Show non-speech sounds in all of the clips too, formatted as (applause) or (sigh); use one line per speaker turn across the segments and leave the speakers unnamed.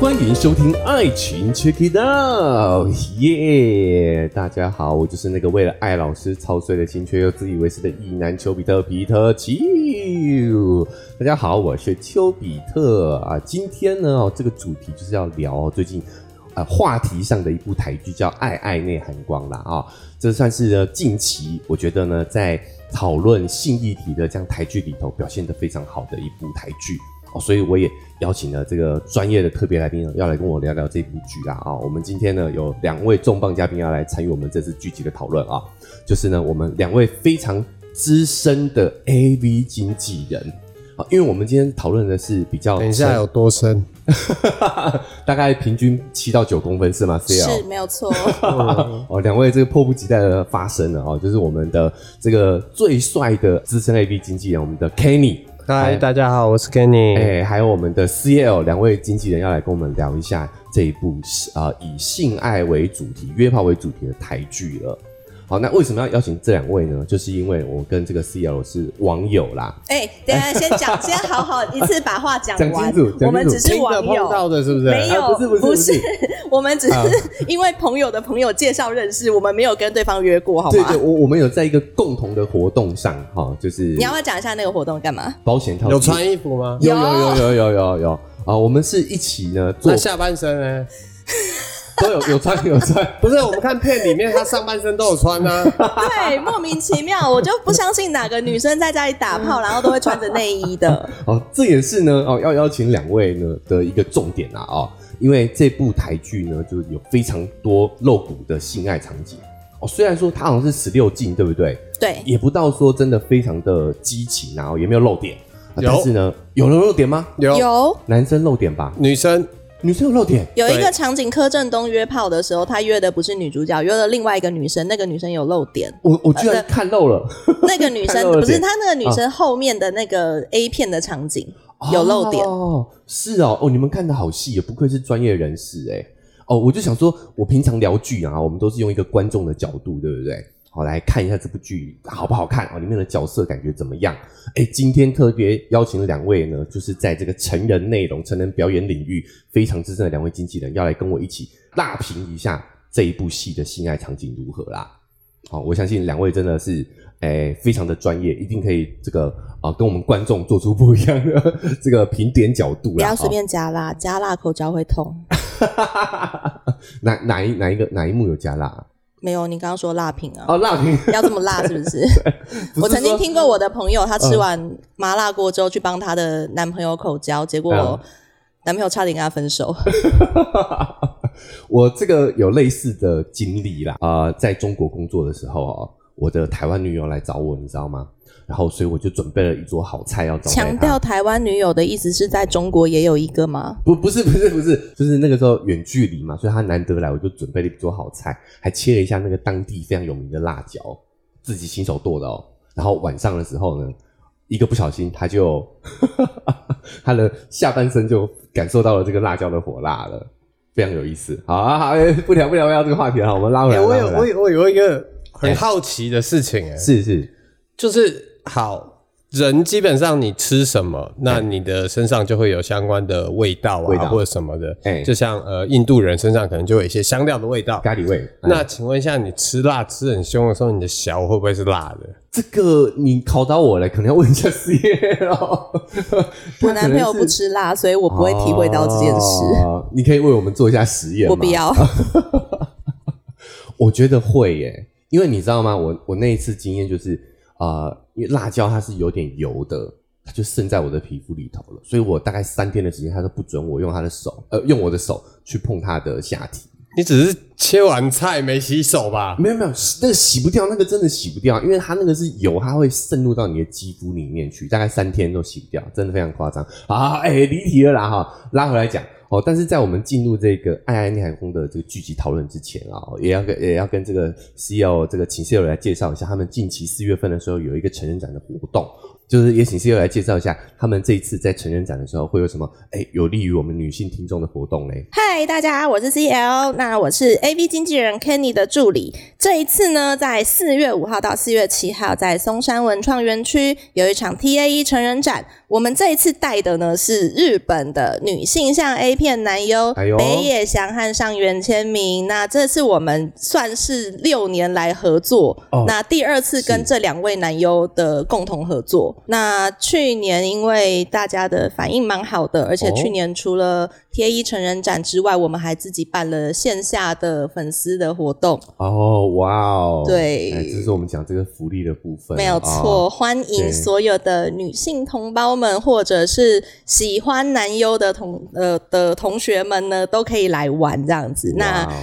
欢迎收听《爱情 Check It Out》，耶！大家好，我就是那个为了爱老师操碎了心却又自以为是的意男丘比特皮特丘。大家好，我是丘比特啊。今天呢，哦，这个主题就是要聊、哦、最近。呃，话题上的一部台剧叫《爱爱内涵光》啦啊、这算是呢近期我觉得呢在讨论性议题的这样台剧里头表现得非常好的一部台剧哦，所以我也邀请了这个专业的特别来宾呢要来跟我聊聊这部剧啦啊、我们今天呢有两位重磅嘉宾要来参与我们这次剧集的讨论啊，就是呢我们两位非常资深的 AV 经纪人啊，因为我们今天讨论的是比较
等一下有多深？
(laughs) 大概平均七到九公分是吗？CL
是没有错。
哦，两位这个迫不及待的发生了哦，就是我们的这个最帅的资深 AB 经纪人，我们的 Kenny，
嗨，
哎
大家好，我是
嗯
Kenny。
哎，还有我们的 CL 两位经纪人要来跟我们聊一下这一部呃以性爱为主题、约炮为主题的台剧了。好，那为什么要邀请这两位呢？就是因为我跟这个 CL 是网友啦，
哎、等 (laughs) 一下先讲，先好好一次把话讲
讲
哦完
清楚讲清。楚
我们只是
听
网
的碰
友，
到的是不是？
没有，
啊不是不是不是
我们只是 (laughs) 因为朋友的朋友介绍认识，我们没有跟对方约过，好
对
吗
对，？我我们有在一个共同的活动上哈、就是
你要不要讲一下那个活动干嘛？
保险套
有穿衣服吗？
有
有
有有有有有有啊！我们是一起呢做
那下半身呢？
都有有穿有穿，
不是，我们看片里面他上半身都有穿啊。
对，莫名其妙，我就不相信哪个女生在家里打炮，然后都会穿着内衣的。
哦，这也是呢哦，要邀请两位呢的一个重点啊哦，因为这部台剧呢就是有非常多露骨的性爱场景哦，虽然说它好像是十六禁，对不对？
(laughs) 对，
也不到说真的非常的激情啊，然后也没有露点，啊
有
但是呢，有人露点吗？
(laughs) 有
有
男生露点吧，
女生
女生有露点，
有一
对
个场景，柯震东约炮的时候，他约的不是女主角，约了另外一个女生，那个女生有露点。
我我居然看漏了，
那个女 (laughs)
看
生
漏了
不是
点
她那个女生后面的那个 A 片的场景有漏点，
哦，是哦，哦，你们看的好细，也不愧是专业人士哎。哦，我就想说，我平常聊剧啊，我们都是用一个观众的角度，对不对？好，来看一下这部剧好不好看哦，里面的角色感觉怎么样？哎，今天特别邀请了两位呢，就是在这个成人内容、成人表演领域非常资深的两位经纪人，要来跟我一起辣评一下这一部戏的性爱场景如何啦。好，我相信两位真的是诶、非常的专业，一定可以这个啊、跟我们观众做出不一样的这个评点角度
不
啦。
要随
哦
便加辣，加辣口交会痛。
(laughs) 哪哪一哪一个哪一幕有加辣啊？
没有，你刚刚说辣评啊，
哦，辣评。
要这么辣是
(laughs)
不是？
不是
我曾经
说嗯
听过我的朋友，她吃完麻辣锅之后去帮她的男朋友口交，结
嗯
果男朋友差点跟她分手。
(laughs) 我这个有类似的经历啦，啊、在中国工作的时候哦，我的台湾女友来找我，你知道吗？然后，所以我就准备了一桌好菜要招待她。
强调台湾女友的意思是在中国也有一个吗？
不，不是，不是，不是，就是那个时候远距离嘛，所以他难得来，我就准备了一桌好菜，还切了一下那个当地非常有名的辣椒，自己亲手剁的哦。然后晚上的时候呢，一个不小心他就他的下半身就感受到了这个辣椒的火辣了，非常有意思。好啊，好，哎不聊不聊不聊这个话题了，我们拉回
哎，
来。
我
拉
有
回来
我有我有一个很好奇的事情哎，
是是
就是好人基本上你吃什么，那你的身上就会有相关的哎味道
味道
啊，或者什么的。
哎
就像呃印度人身上可能就有一些香料的味道。
咖喱味。哎
那请问一下，你吃辣吃很凶的时候，你的小会不会是辣的？
这个你考到我了，可能要问一下思业哦。
我男朋友不吃辣，所以我不会体会到这件事。
哦你可以为我们做一下实验吗
我不，
(laughs)
要，
我觉得会耶，因为你知道吗？我我那一次经验就是，呃，因为辣椒它是有点油的，它就渗在我的皮肤里头了，所以我大概三天的时间，他都不准我用他的手，呃，用我的手去碰他的下体。
你只是切完菜没洗手吧？
没有没有，那个洗不掉，那个真的洗不掉，因为它那个是油，它会渗入到你的肌肤里面去，大概三天都洗不掉，真的非常夸张。好，哎、离题了啦哈，拉回来讲哦。但是在我们进入这个《爱爱内涵宫》的这个剧集讨论之前啊，也要跟也要跟这 E 个 CEO 这个秦 CEO 来介绍一下，他们近期四月份的时候有一个成人展的活动。就是也请 C E 友来介绍一下，他们这一次在成人展的时候会有什么哎有利于我们女性听众的活动嘞？
嗨，大家，我是 CL，那我是 AV 经纪人 Kenny 的助理。这一次呢，在四月五号到四月七号，在松山文创园区有一场 TAE 成人展。我们这一次带的呢是日本的女性向 A 片男优、
哎呦
北野祥和上原千明。那这次我们算是六年来合作，
哦
那第二次跟
是
这两位男优的共同合作。那去年因为大家的反应蛮好的，而且
哦
去年除了贴衣成人展之外，我们还自己办了线下的粉丝的活动，
哦，哇哦，
对
哎这是我们讲这个福利的部分，
没有错。
哦
欢
对
迎所有的女性同胞们，或者是喜欢男优的同呃的同学们呢，都可以来玩这样子。那
哇哦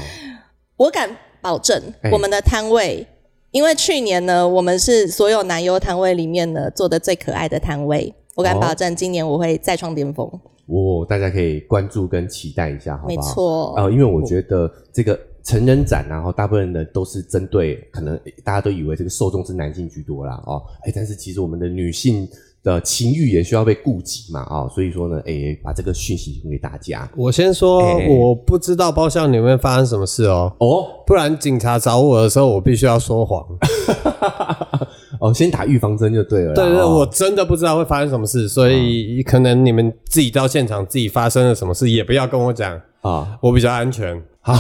我敢保证
哎，
我们的摊位，因为去年呢，我们是所有男优摊位里面呢做的最可爱的摊位。我敢
哦
保证，今年我会再创巅峰。
我、哦大家可以关注跟期待一下，好不好？
没错，
啊、因为我觉得这个成人展、啊然后大部分人都是针对，可能大家都以为这个受众是男性居多啦，哦，哎，但是其实我们的女性的情欲也需要被顾及嘛，哦，所以说呢，哎，把这个讯息提供给大家。
我先说，
哎
我不知道包厢里面发生什么事哦，
哦
不然警察找我的时候，我必须要说谎。
哦，先打预防针就对了啦。
(laughs) 对对，
哦
我真的不知道会发生什么事，所以可能你们自己到现场自己发生了什么事，也不要跟我讲，
啊，
我比较安全。
好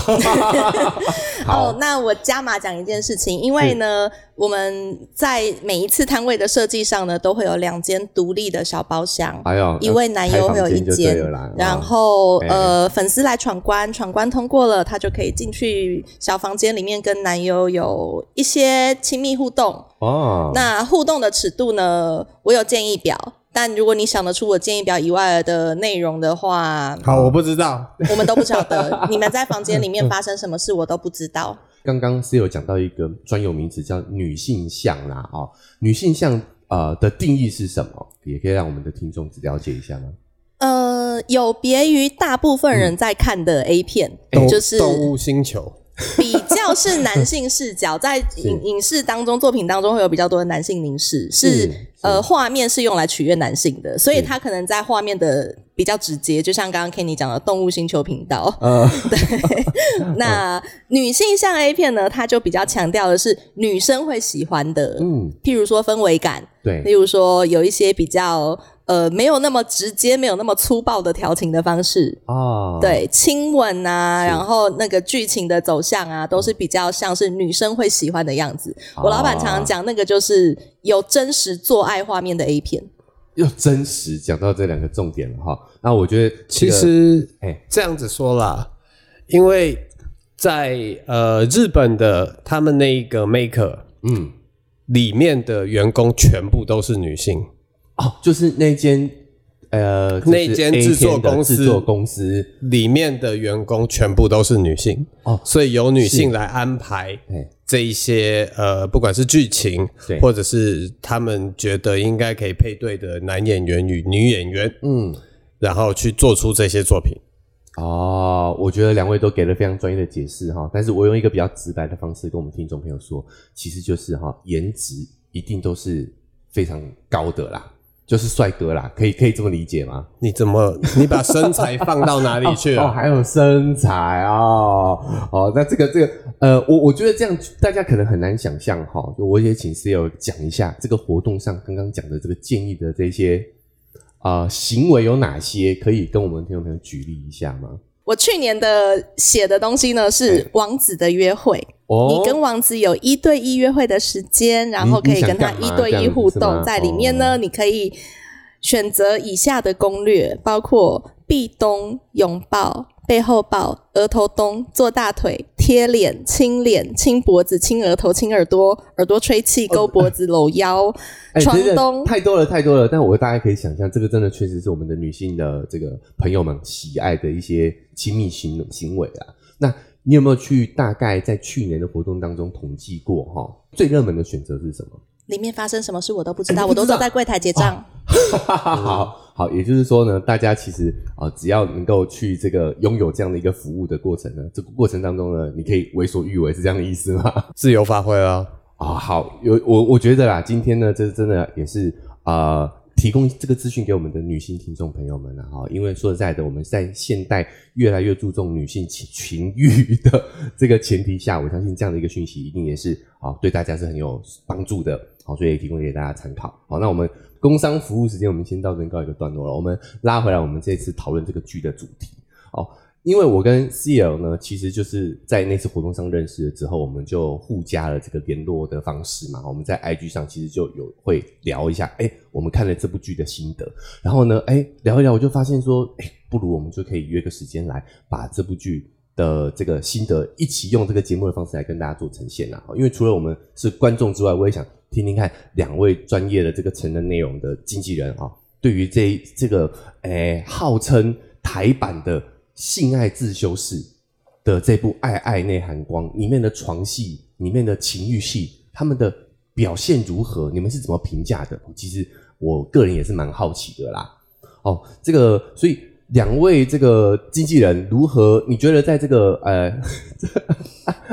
哦，那我加码讲一件事情，因为呢，我们在每一次摊位的设计上呢，都会有两间独立的小包厢。
哎呦，
一位男优会有一
开房间就对了啦啊
然后
哎
呃，粉丝来闯关，闯关通过了，他就可以进去小房间里面跟男优有一些亲密互动。
哦，
那互动的尺度呢，我有建议表，但如果你想得出我建议表以外的内容的话，
好，我不知道，
我们都不晓
(laughs)
得你们在房间里面发生什么事，我都不知道。
刚刚是有讲到一个专有名词叫女性向啦，哦，女性向呃的定义是什么？也可以让我们的听众了解一下吗？
呃，有别于大部分
嗯
人在看的 A 片，
动
就是
动物星球。
比较是男性
(laughs)
视角，在影影视当中、作品当中会有比较多的男性凝视，是
是
呃，画面是用来取悦男性的，所以他可能在画面的比较直接，就像刚刚 Kenny 讲的动物星球频道。 (laughs)
呃，嗯
那女性向 A 片呢，它就比较强调的是女生会喜欢的，
嗯，
譬如说氛围感，例
哎
对，
如说有一些比较呃没有那么直接、没有那么粗暴的调情的方式，
哦，，
对亲吻啊，
是嗯
然后那个剧情的走向啊，都是比较像是女生会喜欢的样子。
哦
我老板常常讲，那个就是有真实做爱画面的 A 片。
又真实讲到这两个重点了哈。那我觉得这
其
个
实
哎，
这样子说啦，因为在呃日本的他们那一个 maker
嗯，
里面的员工全部都是女性，
哦，就是那间呃，就是
那间
A 片
制作
的
公司
制作公司，
里面的员工全部都是女性
哦
所以由女性来安排
哎，
这一些呃，不管是剧情
对，
或者是他们觉得应该可以配对的男演员与女演员，
嗯，
然后去做出这些作品。
哦，我觉得两位都给了非常专业的解释哈，但是我用一个比较直白的方式跟我们听众朋友说，其实就是哈，颜值一定都是非常高的啦，就是帅哥啦，可以可以这么理解吗？
你怎么，你把身材放到哪里去啊
(laughs) 哦，
了？
还有身材哦，哦，那这个这个呃，我我觉得这样大家可能很难想象哈、就我也请室友讲一下这个活动上刚刚讲的这个建议的这些啊、呃行为有哪些，可以跟我们听众朋友举例一下吗？
我去年的写的东西呢是王子的约会，
哦嗯
你跟王子有一对一约会的时间，然后可以跟他
你
一
想干嘛
对一互
这样子是吗
动，在里面呢，
哦
你可以选择以下的攻略，包括壁咚、拥抱、背后抱、额头咚、坐大腿、贴脸、亲脸、亲脖子、亲额头、亲耳朵、耳朵吹气、勾脖子、搂腰、
哎
床
真的
咚。
太多了，太多了。但我大概可以想象，这个真的确实是我们的女性的这个朋友们喜爱的一些亲密行行为啊。那你有没有去大概在去年的活动当中统计过哈、 (laughs) 最热门的选择是什么？ (laughs)
里面发生什么事我都不知
哎
道，
你不
我
知道啊
都坐在柜台结账。
好好，也就是说呢，大家其实啊、呃只要能够去这个拥有这样的一个服务的过程呢，这个过程当中呢，你可以为所欲为，是这样的意思吗？
自由发挥啊！
哦啊、好，有我我觉得啦，今天呢，这真的也是呃提供这个资讯给我们的女性听众朋友们啊，哈，因为说实在的，我们在现代越来越注重女性情情欲的这个前提下，我相信这样的一个讯息一定也是啊、对大家是很有帮助的，好、所以也提供给大家参考。好，那我们工商服务时间我们先到这边告一个段落了，我们拉回来我们这次讨论这个剧的主题。因为我跟 CL 呢，其实就是在那次活动上认识了之后，我们就互加了这个联络的方式嘛。我们在 IG 上其实就有会聊一下，哎，我们看了这部剧的心得。然后呢，哎，聊一聊，我就发现说，哎，不如我们就可以约个时间来把这部剧的这个心得一起用这个节目的方式来跟大家做呈现啦。因为除了我们是观众之外，我也想听听看两位专业的这个成人内容的经纪人啊、对于这一这个诶、号称台版的性爱自修室的这部《爱爱内涵光》里面的床戏、里面的情欲戏，他们的表现如何？你们是怎么评价的？其实我个人也是蛮好奇的啦。哦，这个，所以两位这个经纪人如何？你觉得在这个呃 (laughs)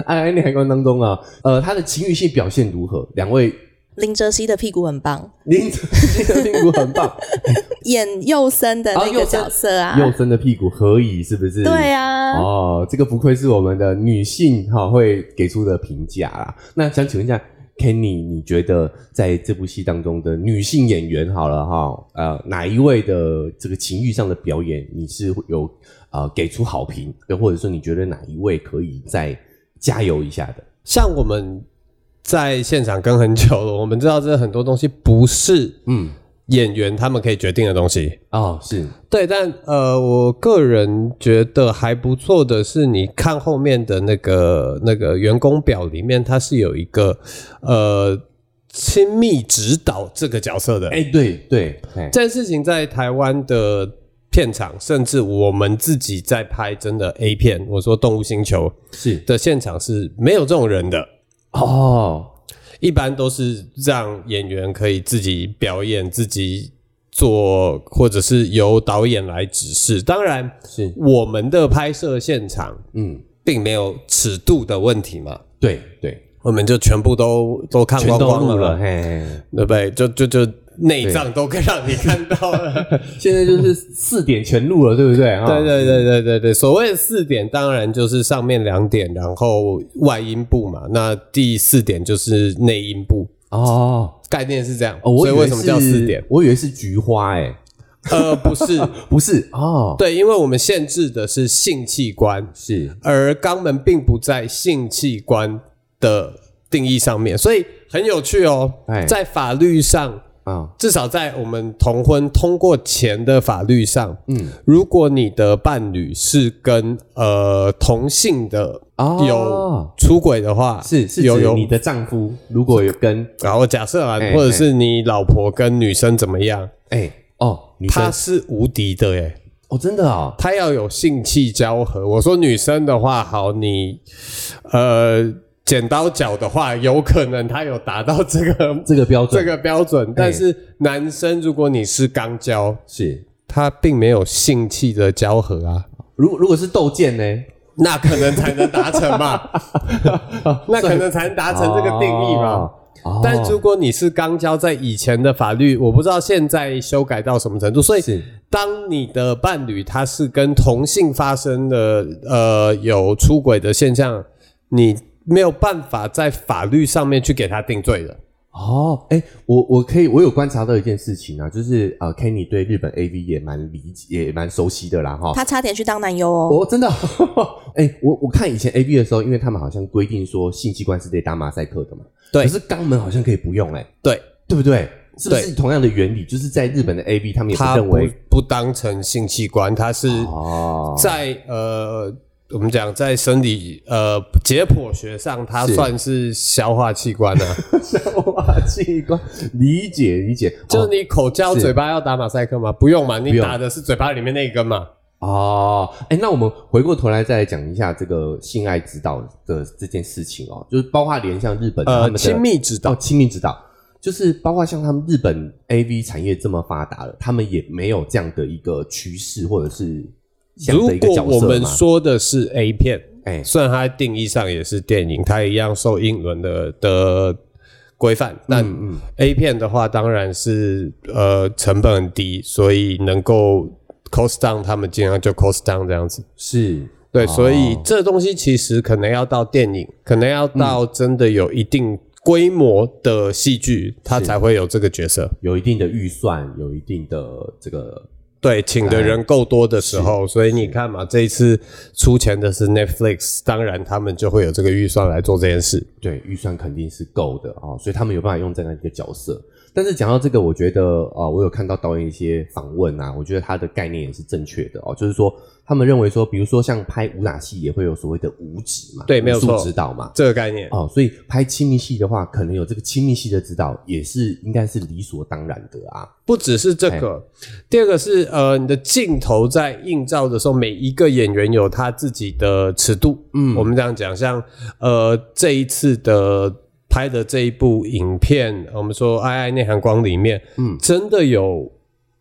爱爱内涵光当中啊，呃，他的情欲性表现如何？两位
林哲熙的屁股很棒，
您 (laughs) 的屁股很棒，
演幼生的
哦
那个
幼生
角色啊，
幼生的屁股何以是不是？
对啊，
哦，这个不愧是我们的女性哈、会给出的评价啦。那想请问一下，Kenny，你觉得在这部戏当中的女性演员好了哈、呃，哪一位的这个情欲上的表演你是有呃给出好评，又或者说你觉得哪一位可以再加油一下的？
像我们在现场跟很久了，我们知道这很多东西不是
嗯，
演员他们可以决定的东西。
哦，是，
对，但呃，我个人觉得还不错的是，你看后面的那个那个员工表里面，它是有一个呃亲密指导这个角色的。
哎、对对，哎，
这件事情在台湾的片场，甚至我们自己在拍真的 A 片，我说《动物星球
是》
的现场是没有这种人的。
哦，
一般都是让演员可以自己表演、自己做，或者是由导演来指示。当然，
是，
我们的拍摄现场
嗯，
并没有尺度的问题嘛，
对对，
我们就全部都都看
全
光
都
光
录了，
了，
嘿嘿嘿
对不对？就就就内脏都可以让你看
(laughs)
到了。
现在就是四点全录了，对不对？哈
(laughs) 对对对对对对，所谓的四点，当然就是上面两点，然后外音部嘛，那第四点就是内音部。
哦。
概念是这样，
哦，我
所以
以为
为什么叫
是
四点？？
我以为是菊花、欸，
(laughs) 呃，不是，
不是哦，
对，因为我们限制的是性器官，
是
而肛门并不在性器官的定义上面，所以很有趣哦
哎。
在法律上，
啊、
至少在我们同婚通过前的法律上，
嗯，
如果你的伴侣是跟呃同性的
哦
有出轨的话，
是是
有
指
有
你的丈夫如果有跟
然后假设啊，
哎
或者是你老婆跟女生怎么样，
哎、哦，女
她
生
是无敌的耶。
哦，真的哦，
她要有性器交合。我说女生的话，好，你呃剪刀脚的话，有可能她有达到这个
这个标准
这个标准，但是男生如果你是肛交，
是，
他并没有性器的交
(laughs)
合啊，
如果如果是斗剑呢，
那可能才能达成
(laughs)
嘛，那可能才能达成这个定义嘛。
哦，
但如果你是肛交，在以前的法律，我不知道现在修改到什么程度，所以
是
当你的伴侣他是跟同性发生的呃有出轨的现象，你没有办法在法律上面去给他定罪的。
哦，哎、我我可以，我有观察到一件事情啊，就是呃，Kenny 对日本 AV 也蛮理解，也蛮熟悉的啦，哈，
他差点去当男优哦。
哦，真的、哦， (laughs) 哎、我我看以前 A B 的时候，因为他们好像规定说性器官是得打马赛克的嘛，
对
可是肛门好像可以不用、哎，
对，
对不对？是不
对
是同样的原理？就是在日本的 A B，他们也不
他
认
不
为
不当成性器官，他是
哦， (laughs)
在、呃我们讲在生理呃解剖学上，它
是
算是消化器官
(laughs)
啊。
哇，器官理解理解，
就是你口交
是
嘴巴要打马赛克吗？不用嘛，你
用
打的是嘴巴里面那一根嘛。
哦，哎、那我们回过头来再来讲一下这个性爱指导的这件事情哦，就是包括连像日本他
呃，
们的
亲密指
到
导。
亲密指导，就是包括像他们日本 AV 产业这么发达了，他们也没有这样的一个趋势，或者是这样
如
的一个
果
角
我
色
们
嘛。
说的是 A 片，
哎、
虽然它定义上也是电影，它一样受英伦的的规范。但
嗯
A 片的话，当然是呃成本很低，所以能够 cost down，他们尽量就 cost down 这样子。
是
对，
哦
所以这东西其实可能要到电影，可能要
嗯
到真的有一定规模的戏剧，它才会有这个角色。
有一定的预算，有一定的这个
对，请的人够多的时候，所以你看嘛，这一次出钱的是 Netflix，当然他们就会有这个预算来做这件事。
对，预算肯定是够的啊、哦，所以他们有办法用在那一个角色。但是讲到这个，我觉得啊、呃我有看到导演一些访问啊，我觉得他的概念也是正确的哦，就是说他们认为说，比如说像拍武打戏也会有所谓的武指嘛，
对没有错
武术指导嘛，
这个概念，
哦，所以拍亲密戏的话，可能有这个亲密戏的指导也是应该是理所当然的啊，
不只是这个，第二个是呃，你的镜头在映照的时候，每一个演员有他自己的尺度。
嗯
嗯，我们这样讲，像呃这一次的拍的这一部影片，我们说《爱爱内涵光》里面，
嗯
嗯，真的有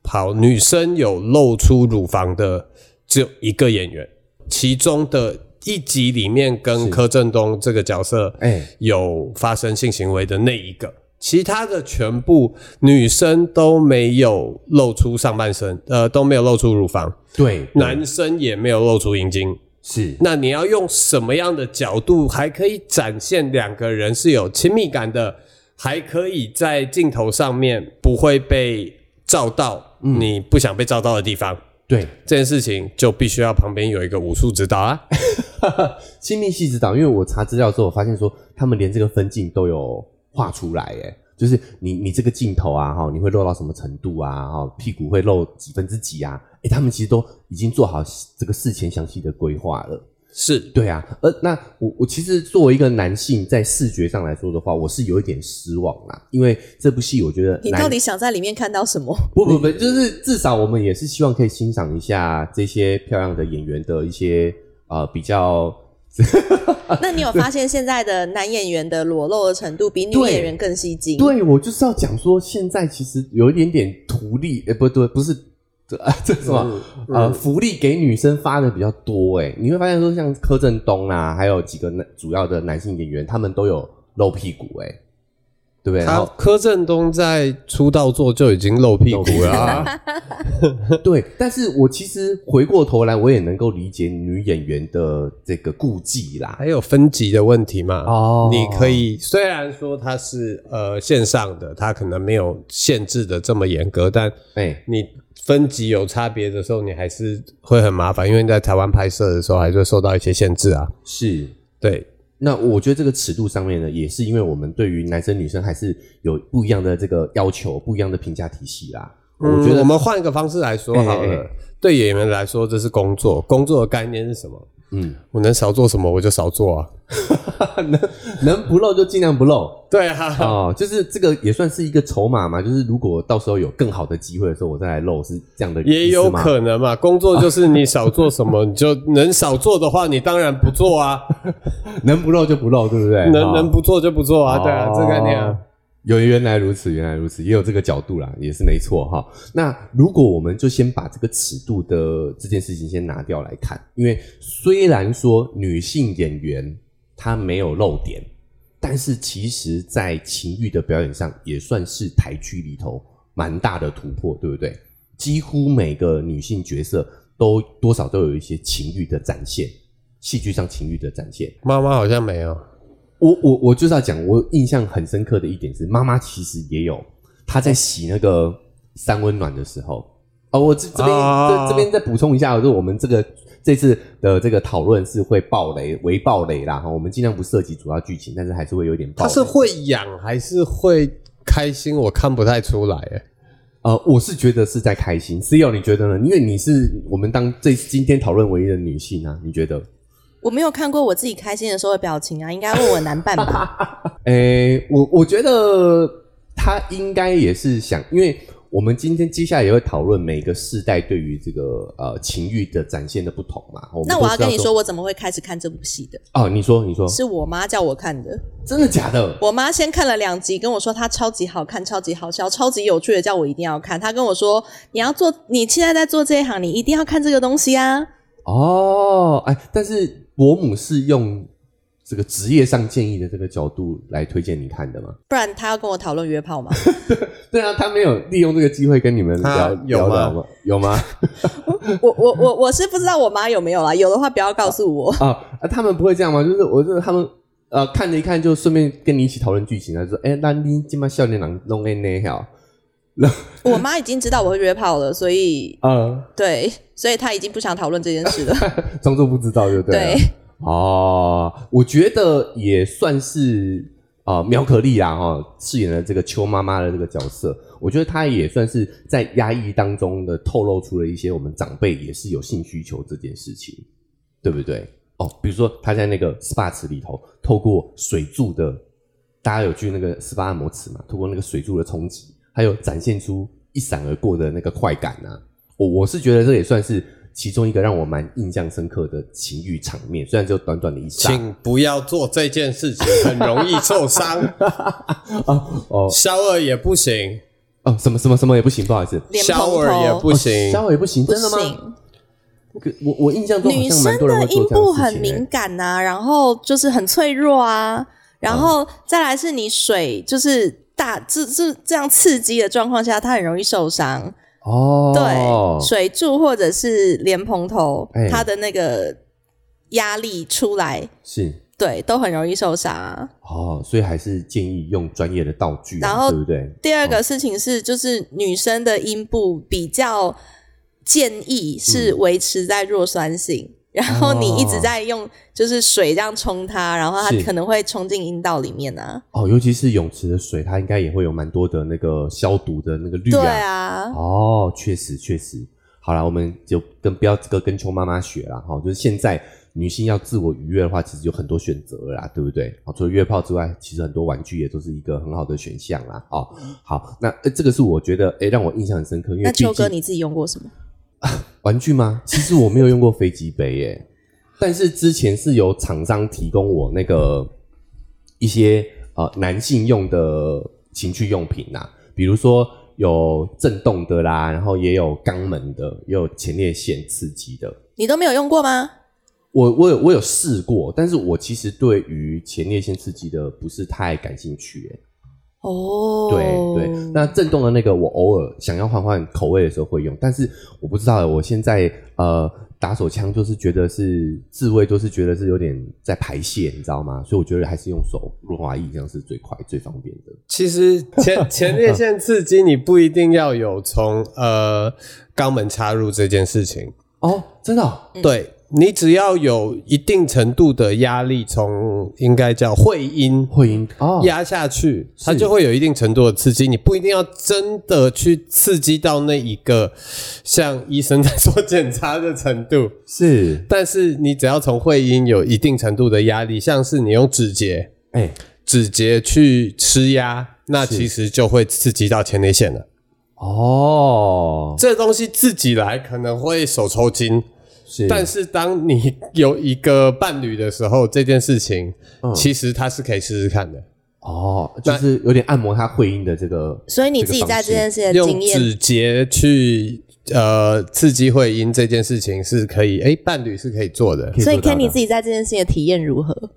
好女生有露出乳房的，只有一个演员，其中的一集里面
是
跟柯震东这个角色，
哎、
有发生性行为的那一个，其他的全部女生都没有露出上半身，呃，都没有露出乳房，
对，
男生也没有露出阴茎。
是
那你要用什么样的角度，还可以展现两个人是有亲密感的，还可以在镜头上面不会被照到你不想被照到的地方？
对， (laughs)
这件事情就必须要旁边有一个武术指导啊。
亲密戏指导，因为我查资料之后，我发现说他们连这个分镜都有画出来，哎，就是你你这个镜头啊，哈，你会露到什么程度啊，哈，屁股会露几分之几啊，哎、他们其实都已经做好这个事前详细的规划了。
是，
对啊，呃，那我我其实作为一个男性，在视觉上来说的话，我是有一点失望啦，因为这部戏我觉得
你
男
到底想在里面看到
(laughs)
什么？
不不不，就是至少我们也是希望可以欣赏一下这些漂亮的演员的一些呃比较
那你有发现现在的男演员的裸露的程度比女
对
演员更吸睛？
对，我就是要讲说，现在其实有一点点图利，呃、不对，不是，这、啊、这是什么、呃，福利给女生发的比较多，哎，你会发现说，像柯震东啊，还有几个男主要的男性演员，他们都有露屁股，哎，对不对？然
他
后
柯震东在出道作就已经露屁
露屁
股
股
了、啊。
(laughs) 对，但是我其实回过头来，我也能够理解女演员的这个顾忌啦。
(laughs) 还有分级的问题嘛？
哦
你可以虽然说它是呃线上的，它可能没有限制的这么严格，但
哎、
你分级有差别的时候，你还是会很麻烦，因为你在台湾拍摄的时候还是会受到一些限制啊。
是。
对，
那我觉得这个尺度上面呢，也是因为我们对于男生女生还是有不一样的这个要求，不一样的评价体系啦。我觉
嗯
得
我们换一个方式来说好了，
哎哎哎
对演员来说这是工作，工作的概念是什么？
嗯，
我能少做什么我就少做啊。
能能不露就尽量不
(laughs)
露
对啊，
哦，就是这个也算是一个筹码嘛。就是如果到时候有更好的机会的时候，我再来露，是这样的
也
意思
有
吗
可能嘛，工作就是你少做什么，你就能少做的话，你当然不做 (laughs) 啊。
能不露就不露，对不对？
能
哦
能不做就不做啊，对啊，这概念
哦
啊，
有原来如此，原来如此，也有这个角度啦，也是没错哈。那如果我们就先把这个尺度的这件事情先拿掉来看，因为虽然说女性演员她没有露点，但是其实在情欲的表演上也算是台剧里头蛮大的突破，对不对？几乎每个女性角色都多少都有一些情欲的展现，戏剧上情欲的展现。
妈妈好像没有，
我我我就是要讲，我印象很深刻的一点是，妈妈其实也有她在洗那个三温暖的时候。哦，我这这边、
啊
这这边再补充一下，就是我们这个这次的这个讨论是会爆雷，为爆雷啦哈。我们尽量不涉及主要剧情，但是还是会有点爆
她
雷。
是会痒还是会开心？我看不太出来，哎，
呃，我是觉得是在开心。C 友，你觉得呢？因为你是我们当这今天讨论唯一的女性啊，你觉得？
我没有看过我自己开心的时候的表情啊，应该问我男伴
(laughs)
吧。
诶、我我觉得他应该也是想，因为我们今天接下来也会讨论每个世代对于这个呃情欲的展现的不同嘛。我们
那
都
我要
知道
跟你说，我怎么会开始看这部戏的？
哦，你说你说，
是我妈叫我看的。
真的假的？
我妈先看了两集，跟我说她超级好看、超级好笑、超级有趣的，叫我一定要看。她跟我说，你要做，你现在在做这一行，你一定要看这个东西啊。
哦，哎，但是伯母是用这个职业上建议的这个角度来推荐你看的吗？
不然他要跟我讨论约
(laughs)
炮吗？
对啊，他没有利用这个机会跟你们
他
聊
有
聊
吗
聊吗？有吗？
我我我我是不知道我妈有没有啦，有的话不要告诉我。
(laughs) 啊啊，他们不会这样吗？就是我就是他们呃看了一看，就顺便跟你一起讨论剧情啊，就说哎，那你今晚笑脸郎弄 N A 哈，
我妈已经知道我会约炮了，所以
呃，
对，所以她已经不想讨论这件事了。
(laughs) 装作不知道就对了。
对，
(laughs) 哦，我觉得也算是呃苗可丽啦哈、饰演了这个邱妈妈的这个角色，我觉得她也算是在压抑当中的透露出了一些我们长辈也是有性需求这件事情，对不对？哦，比如说她在那个 SPA 池里头，透过水柱的，大家有去那个 SPA 按摩池嘛？透过那个水柱的冲击，还有展现出一闪而过的那个快感啊，我我是觉得这也算是其中一个让我蛮印象深刻的情欲场面，虽然只有短短的一刹
(laughs) 请不要做这件事情，很容易受 (laughs) 伤，
哦
肖二也不行，
哦，什么什么什么也不行，不好意思，哦
脸
肖
蓬
二也
头
不行，
稍微不行，
不
真的吗？
行，
可我我印象中好
女
像
生
蛮多人
的
会
阴
做这样
部
的事
很
情、
敏
欸。
感呐、然后就是很脆弱啊，
嗯
然后再来是你水就是大这这这样刺激的状况下，它很容易受伤。
哦，
对，水柱或者是莲蓬头
哎，
它的那个压力出来，
是
对，都很容易受伤啊。
哦，所以还是建议用专业的道具啊，
然后
对不对？
第二个事情是，就是女生的阴部比较建议
嗯
是维持在弱酸性，然后你一直在用就是水这样冲它，然后它
是
可能会冲进阴道里面啊。
哦，尤其是泳池的水，它应该也会有蛮多的那个消毒的那个氯
对啊，
哦，确实确实。好啦，我们就跟不要这个跟邱妈妈学啦，哈、就是现在女性要自我愉悦的话，其实有很多选择了啦，对不对？好，除了约炮之外，其实很多玩具也都是一个很好的选项啦。哦，好，那、呃、这个是我觉得诶、让我印象很深刻，因为
那
毕
秋哥
竟
你自己用过什么？
玩具吗？其实我没有用过飞机杯耶，但是之前是有厂商提供我那个一些呃男性用的情趣用品呐、啊比如说有震动的啦，然后也有肛门的，也有前列腺刺激的。
你都没有用过吗？
我我有我有试过，但是我其实对于前列腺刺激的不是太感兴趣耶。
哦，
对对，那震动的那个我偶尔想要换换口味的时候会用，但是我不知道，我现在呃打手枪就是觉得是自慰，就是觉得是有点在排泄，你知道吗？所以我觉得还是用手润滑液这样是最快最方便的。
其实前前列腺刺激，你不一定要有从呃肛门插入这件事情，
哦，真的、
对你只要有一定程度的压力，从应该叫会阴
会阴哦，
压下去，它
是
就会有一定程度的刺激。你不一定要真的去刺激到那一个像医生在做检查的程度， (laughs)
是
但是你只要从会阴有一定程度的压力，像是你用指节
哎、
指节去吃压，那
是
其实就会刺激到前列腺了。
哦，
这东西自己来可能会手抽筋，
是
但是当你有一个伴侣的时候，这件事情、
嗯
其实它是可以试试看的，
哦，就是有点按摩它会阴的这个，
所以你自己在这件事情的
用
经验，
指节去呃刺激会阴这件事情是可以，哎，伴侣是可以做的。
可
所以
做到
Kenny
的
自己在这件事情的体验如何？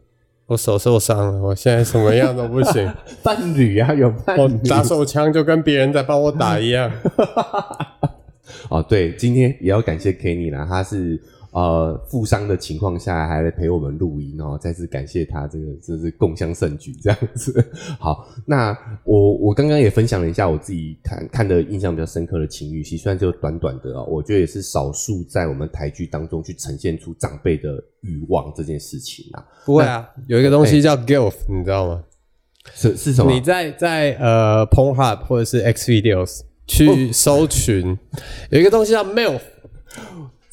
我手受伤了，我现在什么样都不行， (laughs)
伴侣啊，有伴
我
侣
哦打手枪就跟别人在帮我打一样。
哦，对，今天也要感谢 Kenny 啦，他是呃负伤的情况下还来陪我们录音哦，再次感谢他，这个这是共襄盛举这样子。 (laughs) 好，那我我刚刚也分享了一下我自己看看的印象比较深刻的情欲戏，虽然就短短的哦，我觉得也是少数在我们台剧当中去呈现出长辈的欲望这件事情啊，
(laughs) 不会啊，有一个东西叫 GILF，你知道吗？
是是什么
你？在在呃 Pornhub 或者是 X Videos 去搜寻，有一个东西叫 MILF。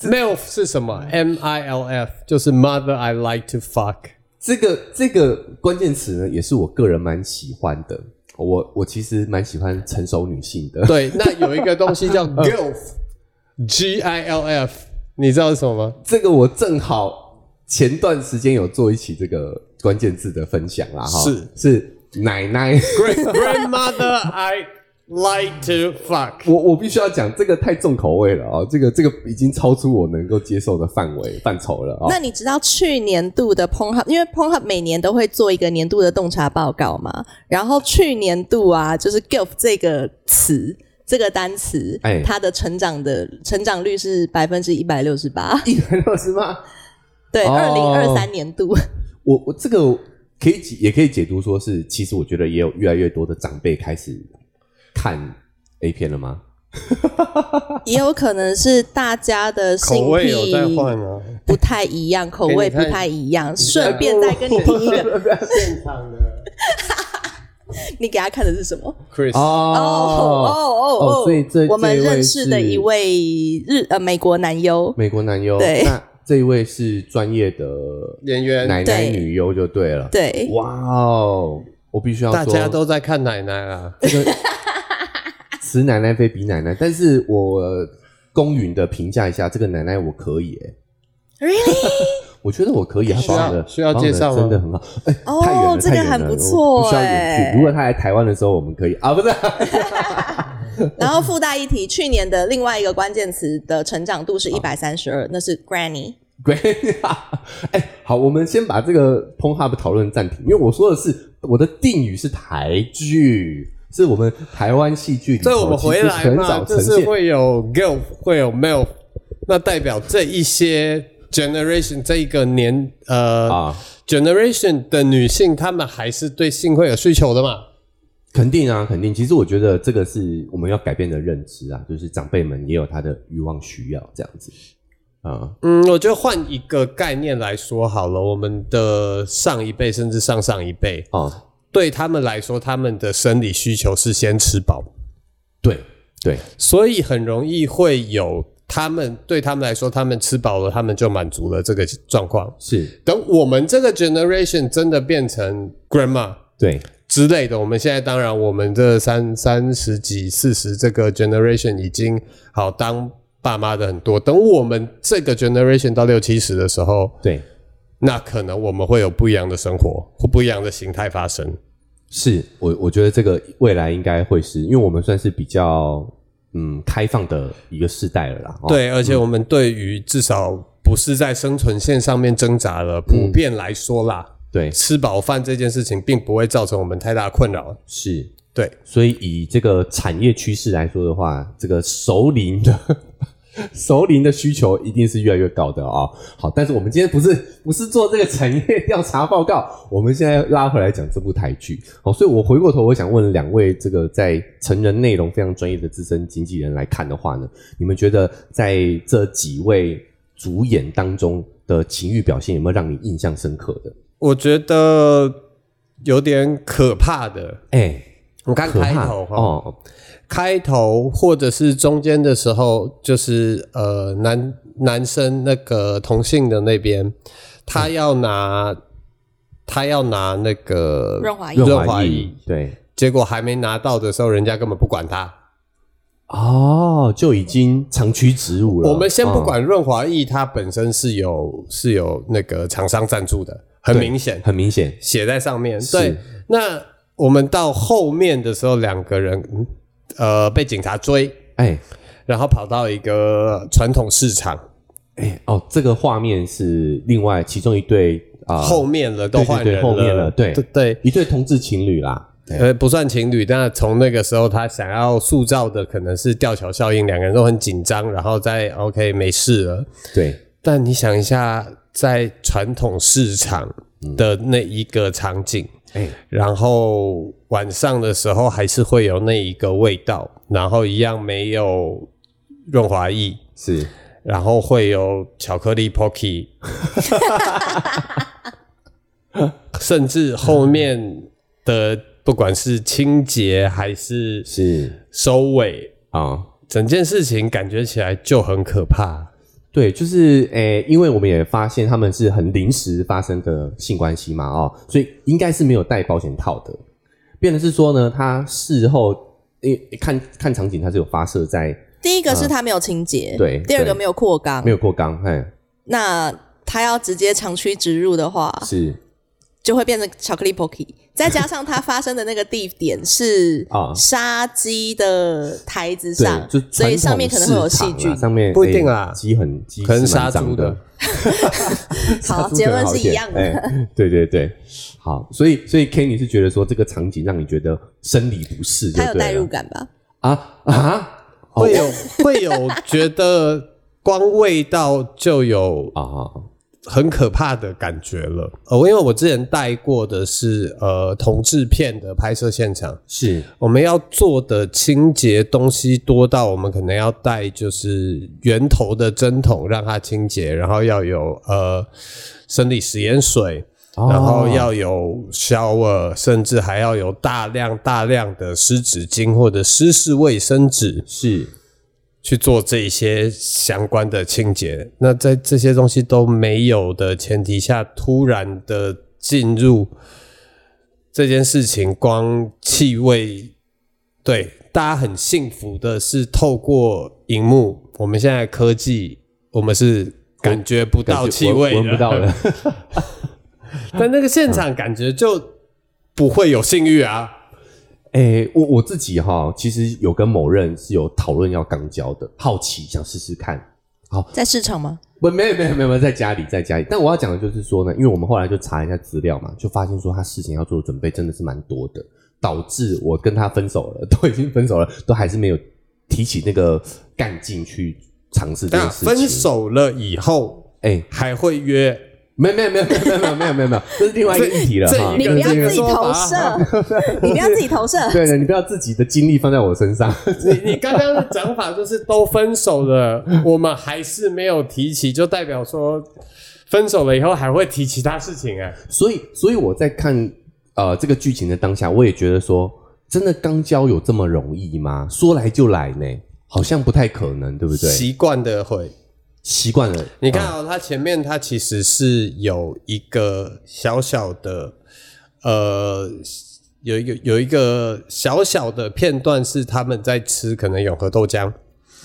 MILF 是什么？M I L F 就是 Mother I Like to Fuck。
这个这个关键词呢，也是我个人蛮喜欢的。我我其实蛮喜欢成熟女性的，
对，那有一个东西 (laughs) 叫 GILF，G 嗯 I L F，你知道是什么吗？
这个我正好前段时间有做一起这个关键字的分享啦，哈，
是
是奶奶 (laughs)
Great grandmother I like to fuck。
我我必须要讲，这个太重口味了哦，这个这个已经超出我能够接受的范围范畴了哦。
那你知道去年度的 Pornhub，因为 Pornhub 每年都会做一个年度的洞察报告嘛，然后去年度啊，就是 GILF 这个词。这个单词，
哎
它的成长的成长率是百分之一百六
(laughs)
十八，
一百六十八，
对，
哦
二零二三年
(laughs)
度，
我我这个可以解也可以解读说是，其实我觉得也有越来越多的长辈开始看 A 片了吗？
也有可能是大家的
口
性
味有
癖
在换啊，
不太
(laughs)
一样，口
给你
味不
看
太一样，顺便再跟你听一个，
现场的
你给他看的是什么？
Chris，、
哦哦
哦所以这
我们
这一位
认识的
是
一位日呃美国男优，
美国男优，
对
那这一位是专业的
演员
奶奶
对
女优就对了。
对，
哇哦，我必须要
大
说，
家都在看奶奶 (laughs) 啊，
这个此奶奶非彼奶奶，但是我公允的评价一下，这个奶奶我可以、欸、
Really？
(laughs) 我觉得我可以，她
需要
保养的
需要
保养的
介绍吗
真的很好，哎、
哦
太远了，
这个
太远了
很不错
我需要远
哎
欸
去。如果她来台湾的时候，我们可以啊，不是， (laughs)
然后附带一提，去年的另外一个关键词的成长度是
啊
一百三十二，那是 Granny。
great，哎、好，我们先把这个 p o n Hub 讨论暂停，因为我说的是我的定语是台剧，是我们台湾戏剧里头
所以我们回
其
来
实很
嘛，
早
就
呈
是
现。
会有 girl，会有 male，那代表这一些 generation 这一个年呃、
啊
generation 的女性，她们还是对性会有需求的嘛。
肯定啊，肯定。其实我觉得这个是我们要改变的认知啊，就是长辈们也有他的欲望需要这样子啊、
嗯，我觉得换一个概念来说好了，我们的上一辈甚至上上一辈，
哦，
对他们来说，他们的生理需求是先吃饱，
对对，
所以很容易会有他们对他们来说，他们吃饱了，他们就满足了这个状况。
是，
等我们这个 generation 真的变成 grandma
对
之类的，我们现在当然我们这三三十几、四十这个 generation 已经好当爸妈的很多。等我们这个 generation 到六七十的时候，
对
那可能我们会有不一样的生活，或不一样的形态发生。
是。我我觉得这个未来应该会是，因为我们算是比较嗯开放的一个世代了啦。哦、
对，而且我们对于至少不是在生存线上面挣扎了，普遍来说啦，
对
吃饱饭这件事情并不会造成我们太大困扰。
是，
对，
所以以这个产业趋势来说的话，这个熟龄的 (laughs) 熟龄的需求一定是越来越高的啊、好，但是我们今天不是不是做这个产业调查报告，我们现在拉回来讲这部台剧。好，所以我回过头，我想问两位这个在成人内容非常专业的资深经纪人来看的话呢，你们觉得在这几位主演当中的情欲表现有没有让你印象深刻的？
我觉得有点可怕的。
哎、
我看
可
开
怕
头哦，
哦，
开头或者是中间的时候，就是呃男男生那个同性的那边，他要拿、他要拿那个
润滑液
润
润
滑
滑
液
液，
对。
结果还没拿到的时候，人家根本不管他。
哦，就已经长驱直入了。哦
我们先不管润滑液它本身是有是有那个厂商赞助的，很
对
明显
嗯，很明显
写在上面。
是
对，那我们到后面的时候，两个人嗯呃被警察追，
哎
然后跑到一个传统市场，
哎哦，这个画面是另外其中一对啊、
后面了都换
对对
人
对后面了对
对对。
一对同志情侣啦，对
呃，不算情侣，但从那个时候，他想要塑造的可能是吊桥效应，两个人都很紧张，然后再 OK 没事了，
对
但你想一下，在传统市场的那一个场景，
哎
然后晚上的时候还是会有那一个味道，然后一样没有润滑液，
是
然后会有巧克力 Pocky，甚至后面的不管是清洁还是
是
收尾，
啊、
整件事情感觉起来就很可怕。
对，就是诶、因为我们也发现他们是很临时发生的性关系嘛，哦，所以应该是没有带保险套的。变的是说呢，他事后因为看看场景，他是有发射在
第一个是他没有清洁，
啊对
第二个
对
没有扩肛
没，有过肛，哎，
那他要直接长驱直入的话，
是
就会变成巧克力 pocky，再加上它发生的那个地点是
(laughs) 啊
杀鸡的台子
对
上，，
就
所以
传
上面
统
可能会有
市
细
场
菌
啦。上面
不一定
哎
啊
鸡很鸡
可能
是蛮
杀
脏
猪
的
的，
杀
好
猪
结
可能
论
好
是
一点
一样的
哎对对对，好，所以所以 Kenny 是觉得说这个场景让你觉得生理不适就对
它
了，
有代入感吧？
啊啊哦
会有会有觉得光味道就有
啊啊啊
很可怕的感觉了。呃，因为我之前带过的是呃同志片的拍摄现场，
是
我们要做的清洁东西多到我们可能要带就是源头的针筒让它清洁，然后要有呃生理食盐水，
哦
然后要有 shower，甚至还要有大量大量的湿纸巾或者湿式卫生纸
是
去做这一些相关的清洁。那在这些东西都没有的前提下，突然的进入这件事情，光气味，对大家很幸福的是，透过荧幕，我们现在科技，我们是感觉不到
感觉
气味
闻闻不到
的，
了，
(laughs) 但那个现场感觉就不会有性欲啊。
哎、我我自己哈，其实有跟某人是有讨论要肛交的，好奇想试试看。
在市场吗？
不，没有没有没有没有，在家里在家里。但我要讲的就是说呢，因为我们后来就查一下资料嘛，就发现说他事情要做的准备真的是蛮多的，导致我跟他分手了， (laughs) 都已经分手了，都还是没有提起那个干劲去尝试这
那
件事情。
分？手了以后
哎、
还会约，
没有没有没有没有没有没有没有没有，这是另外一个议题了
这
哈
一。
你
个
不要
这个
自己
说
投
法
射，你不要自己
(laughs)
投射。
对的，你不要自己的精力放在我身上。
(laughs) 你你刚刚的讲法就是都分手了，我们还是没有提起，就代表说分手了以后还会提其他事情哎、
(laughs) 所以，所以我在看呃这个剧情的当下，我也觉得说，真的肛交有这么容易吗？说来就来呢，好像不太可能，对不对？习
习惯的会。
习惯了，
你看哦，他前面他其实是有一个小小的，呃，有一个有一个小小的片段是他们在吃可能永和豆浆，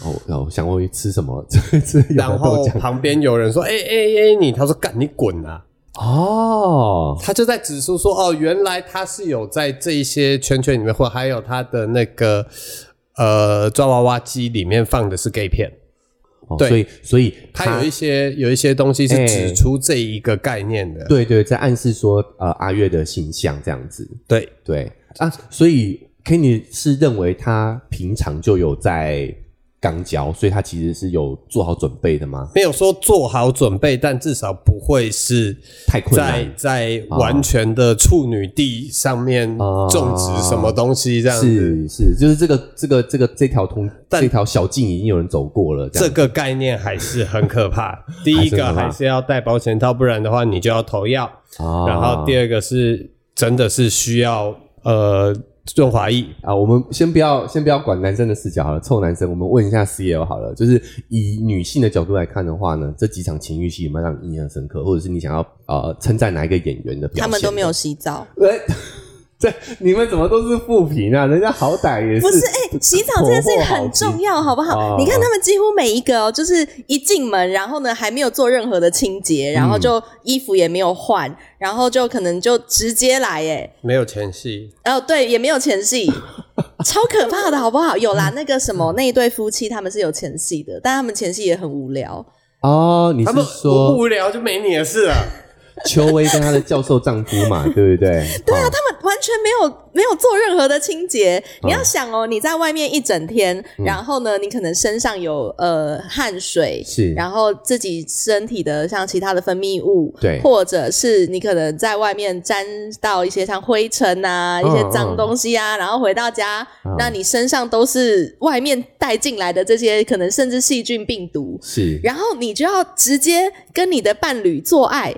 哦，哦我想问吃什么？ (laughs) 吃吃有
然
的豆
后 (laughs)
浆
旁边有人说：“哎哎哎，你！”他说：“干你滚啊！”
哦，
他就在指出说，哦，原来他是有在这一些圈圈里面，或还有他的那个呃抓娃娃机里面放的是 gay 片，
哦
对
所以所以
他有一些有一些东西
哎
是指出这一个概念的。
对对，在暗示说呃阿月的形象这样子，
对，
对啊，所以 Kenny 是认为他平常就有在肛交，所以他其实是有做好准备的吗？
没有说做好准备，但至少不会是
太困难
在在完全的处女地上面
哦
种植什么东西这样子。
是是，就是这个这个这个这条通
但
这条小径已经有人走过了，这
这
样
个概念还是很可怕。第
(laughs)
一
还是
个
很可怕
还是要带保险套，不然的话你就要投药。
啊
然后第二个是真的是需要呃润滑液，
啊，我们先不要先不要管男生的视角好了，臭男生，我们问一下 C L 好了，就是以女性的角度来看的话呢，这几场情欲戏有没有让你印象深刻，或者是你想要呃称赞哪一个演员的表现？
他们都没有洗澡，
哎。对，你们怎么都是负评啊？人家好歹也是
不是，哎、 (laughs) 洗澡这件事情很重要，好不
哦
好？你看他们几乎每一个哦，就是一进门，然后呢还没有做任何的清洁，然后
嗯
就衣服也没有换，然后就可能就直接来，哎，
没有前戏，
哦，对，也没有前戏，超可怕的，好不好？有
(laughs)
啦，那个什么那一对夫妻他们是有前戏的，但他们前戏也很无聊，
哦，你
他
是
们无
说
无聊就没你的事了。
邱薇跟她的教授丈夫嘛，对不对？对啊，
他们完全没有没有做任何的清洁。
嗯
你要想哦，你在外面一整天，然后呢，你可能身上有呃汗水，
是
然后自己身体的像其他的分泌物，
对
或者是你可能在外面沾到一些像灰尘啊、
嗯
一些脏东西啊，然后回到家，
嗯
那你身上都是外面带进来的这些可能甚至细菌、病毒，
是，
然后你就要直接跟你的伴侣做爱，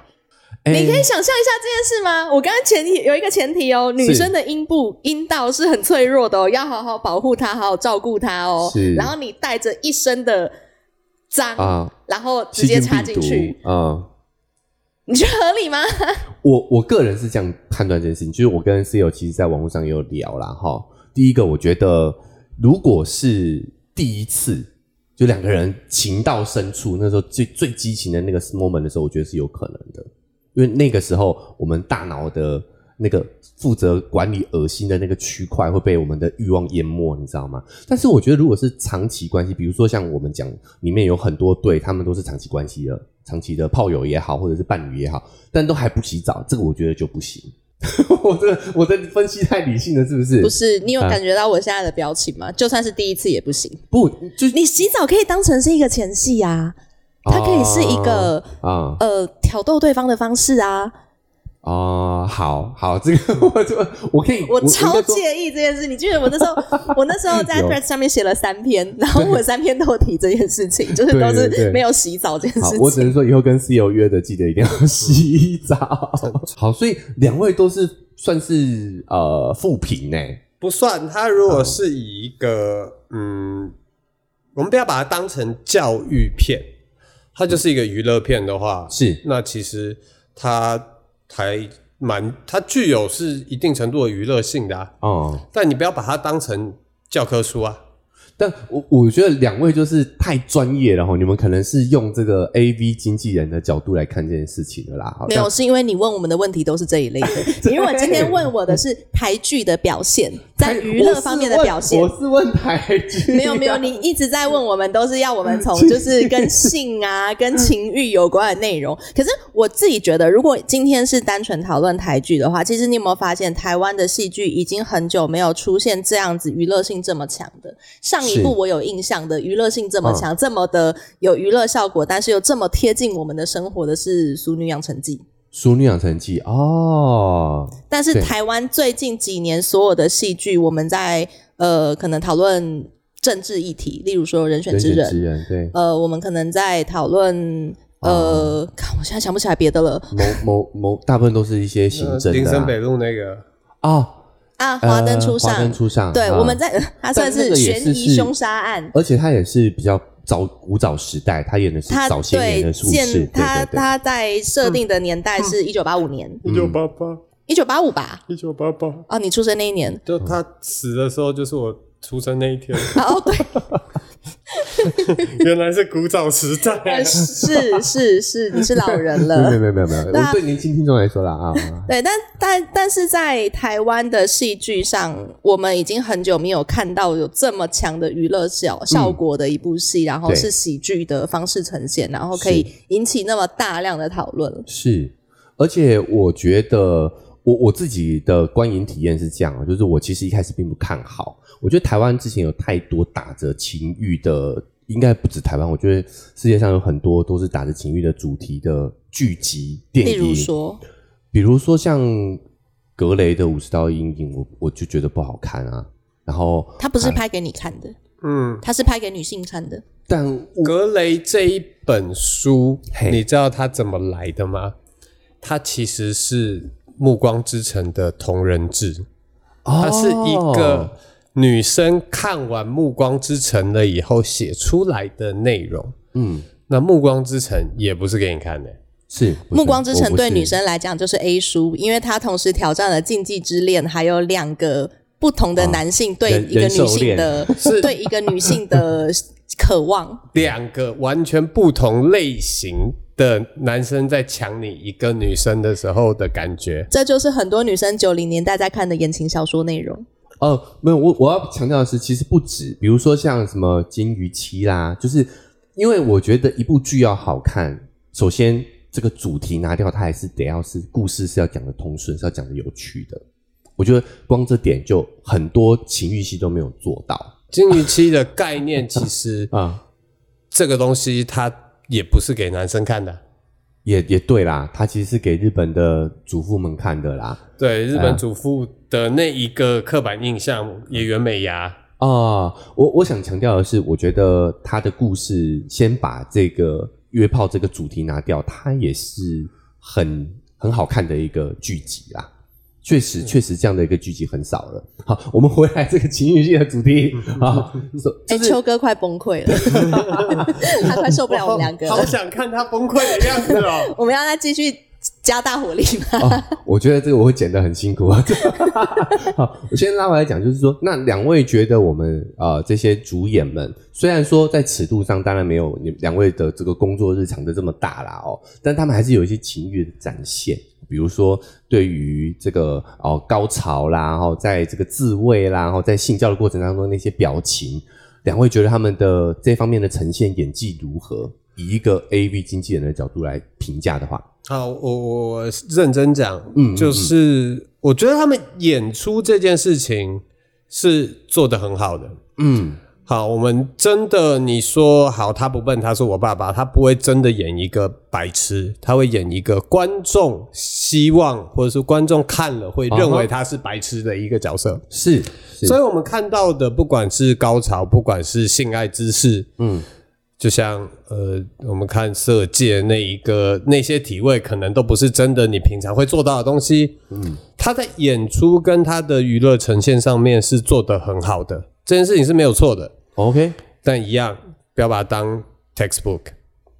哎
你可以想象一下这件事吗？我刚刚前提有一个前提哦，女生的阴部阴道是很脆弱的哦，要好好保护它，好好照顾它哦
是。
然后你带着一身的脏，
啊，
然后直接插进去，
啊。嗯
你觉得合理吗？
我我个人是这样判断这件事情，就是我跟 C E 友其实在网络上也有聊啦哈。第一个，我觉得如果是第一次，就两个人情到深处，那时候最最激情的那个 moment 的时候，我觉得是有可能的。因为那个时候我们大脑的那个负责管理恶心的那个区块会被我们的欲望淹没，你知道吗？但是我觉得如果是长期关系，比如说像我们讲里面有很多对他们都是长期关系的，长期的炮友也好，或者是伴侣也好，但都还不洗澡，这个我觉得就不行。 (laughs) 我的我的分析太理性了，是不是？
不是你有
啊
感觉到我现在的表情吗？就算是第一次也不行。
不，就是
你洗澡可以当成是一个前戏啊，它可以是一个、
啊
呃挑逗对方的方式啊。
哦，好好，这个 (laughs) 我就我可以，
我超
应该说
介意这件事，你记得我那时候，我那时候在
(laughs) 有
Threads 上面写了三篇，然后我三篇都有提这件事情，就是都
对对对
是没有洗澡这
(laughs)
件
好
事，
我只
情。
能说以后跟室友约的，记得一定要洗澡。 (laughs) 好，所以两位都是算是呃负评呢。
不算，它如果是以一个嗯，我们不要把它当成教育片，它就是一个娱乐片的话，
是
那其实它还蛮，它具有是一定程度的娱乐性的啊，
哦、
但你不要把它当成教科书啊。
但我我觉得两位就是太专业了哈，你们可能是用这个 A V 经纪人的角度来看这件事情的啦。好
没有，是因为你问我们的问题都是这一
(laughs)
类的。因为我今天问我的是台剧的表现，在娱乐方面的表现
我。是问我是问台剧、
(laughs) 没有
(laughs)
没有，你一直在问我们，都是要我们从就是跟性啊、跟情欲有关的内容。 (laughs) 可是我自己觉得，如果今天是单纯讨论台剧的话，其实你有没有发现，台湾的戏剧已经很久没有出现这样子娱乐性这么强的？上一部
是嗯
我有印象的娱乐性这么强、这么的有娱乐效果，但是又这么贴近我们的生活的是《俗女养成记》。
《淑女养成记》哦，
但是
对
台湾最近几年所有的戏剧，我们在呃可能讨论政治议题，例如说《人选
人
之
选
人》
之人对。
呃，我们可能在讨论
啊
呃，看我现在想不起来别的了
某某某，大部分都是一些行政
林
的
森
啊
北路那个，
啊，
啊。
呃
华灯初
华
上
灯，初上，
对，
啊
我们在 (laughs) 它
但那
算是
个也
悬疑
是
凶杀案，
而且他也是比较早古早时代，他演的是
它
早些年
对
的故事，
建它
对对对，
它在设定的年代是一九八五年，
嗯一九八八，
一九八五吧？
一九八八，，
哦，你出生那一年
就他死的时候就是我出生那一
(laughs)
天，
哦，对，
(laughs) 原来是古早时代。
呃
啊
(laughs) 是是是，你是老人
没有没 (laughs)
了。
有没有没有没有，
对啊
我对年轻听众来说啦啊，
对，但但但是在台湾的戏剧上，我们已经很久没有看到有这么强的娱乐效效果的一部戏，然后
嗯对
是喜剧的方式呈现，然后可以引起那么大量的讨论。
是，而且我觉得我我自己的观影体验是这样啊，就是我其实一开始并不看好，我觉得台湾之前有太多打着情欲的，应该不止台湾，我觉得世界上有很多都是打着情欲的主题的剧集电
例
影，
如说，
比如说像格雷的《五十道阴影》，我我就觉得不好看啊。然后，
他不是拍给你看的，
嗯，
他是拍给女性看的。
但
格雷这一本书
嘿，
你知道它怎么来的吗？它其实是《暮光之城》的同人志，它
它
是一个女生看完《暮光之城》了以后写出来的内容。
嗯，
那《暮光之城》也不是给你看的、
是《
《暮光之城》对女
生
生来讲就是 A 书，因为它同时挑战了《禁忌之恋》，还有两个不同的男性对
啊人
一个
人兽
女性的
是
对一个女性的 (laughs) 渴望。
两个完全不同类型的男生在抢你一个女生的时候的
(laughs)
感觉。
这就是很多女生九零年代在看的言情小说内容。
哦，没有，我我要强调的是，其实不止，比如说像什么《金鱼期》啦，就是因为我觉得一部剧要好看，首先这个主题拿掉，它还是得要是故事是要讲的通顺，是要讲的有趣的。我觉得光这点就很多情欲戏都没有做到
金鱼期的概念其
(laughs)
实
啊、
这个东西它也不是给男生看的，
也也对啦，它其实是给日本的主妇们看的啦。
对日本主妇的那一个刻板印象，野原美牙
啊、我我想强调的是，我觉得他的故事先把这个约炮这个主题拿掉，它也是很很好看的一个剧集啦。确实，确实这样的一个剧集很少了。好，我们回来这个情欲系的主题啊，so-
哎、
就是
秋哥快崩溃了，
(laughs)
他快受不了我们两个了。
好。想看他崩溃的样子哦
(laughs)
我们要再继续加大火力嘛。
哦，我觉得这个我会剪得很辛苦啊。 (laughs) 好，我先拉回来讲，就是说，那两位觉得我们呃这些主演们，虽然说在尺度上当然没有你两位的这个工作日常的这么大啦哦，但他们还是有一些情欲的展现。比如说，对于这个哦高潮啦，然后在这个自慰啦，然后在性交的过程当中那些表情，两位觉得他们的这方面的呈现演技如何？以一个 A V 经纪人的角度来评价的话，
好，我我我认真讲，
嗯嗯
就是我觉得他们演出这件事情是做得很好的。
嗯，
好，我们真的你说好，他不笨，他是我爸爸，他不会真的演一个白痴，他会演一个观众希望或者是观众看了会认
啊哈
为他是白痴的一个角色。
是，是
所以我们看到的，不管是高潮，不管是性爱姿势，
嗯，
就像呃，我们看色戒那一个那些体位，可能都不是真的你平常会做到的东西。嗯，他在演出跟他的娱乐呈现上面是做得很好的，这件事情是没有错的。
OK，
但一样不要把它当 textbook，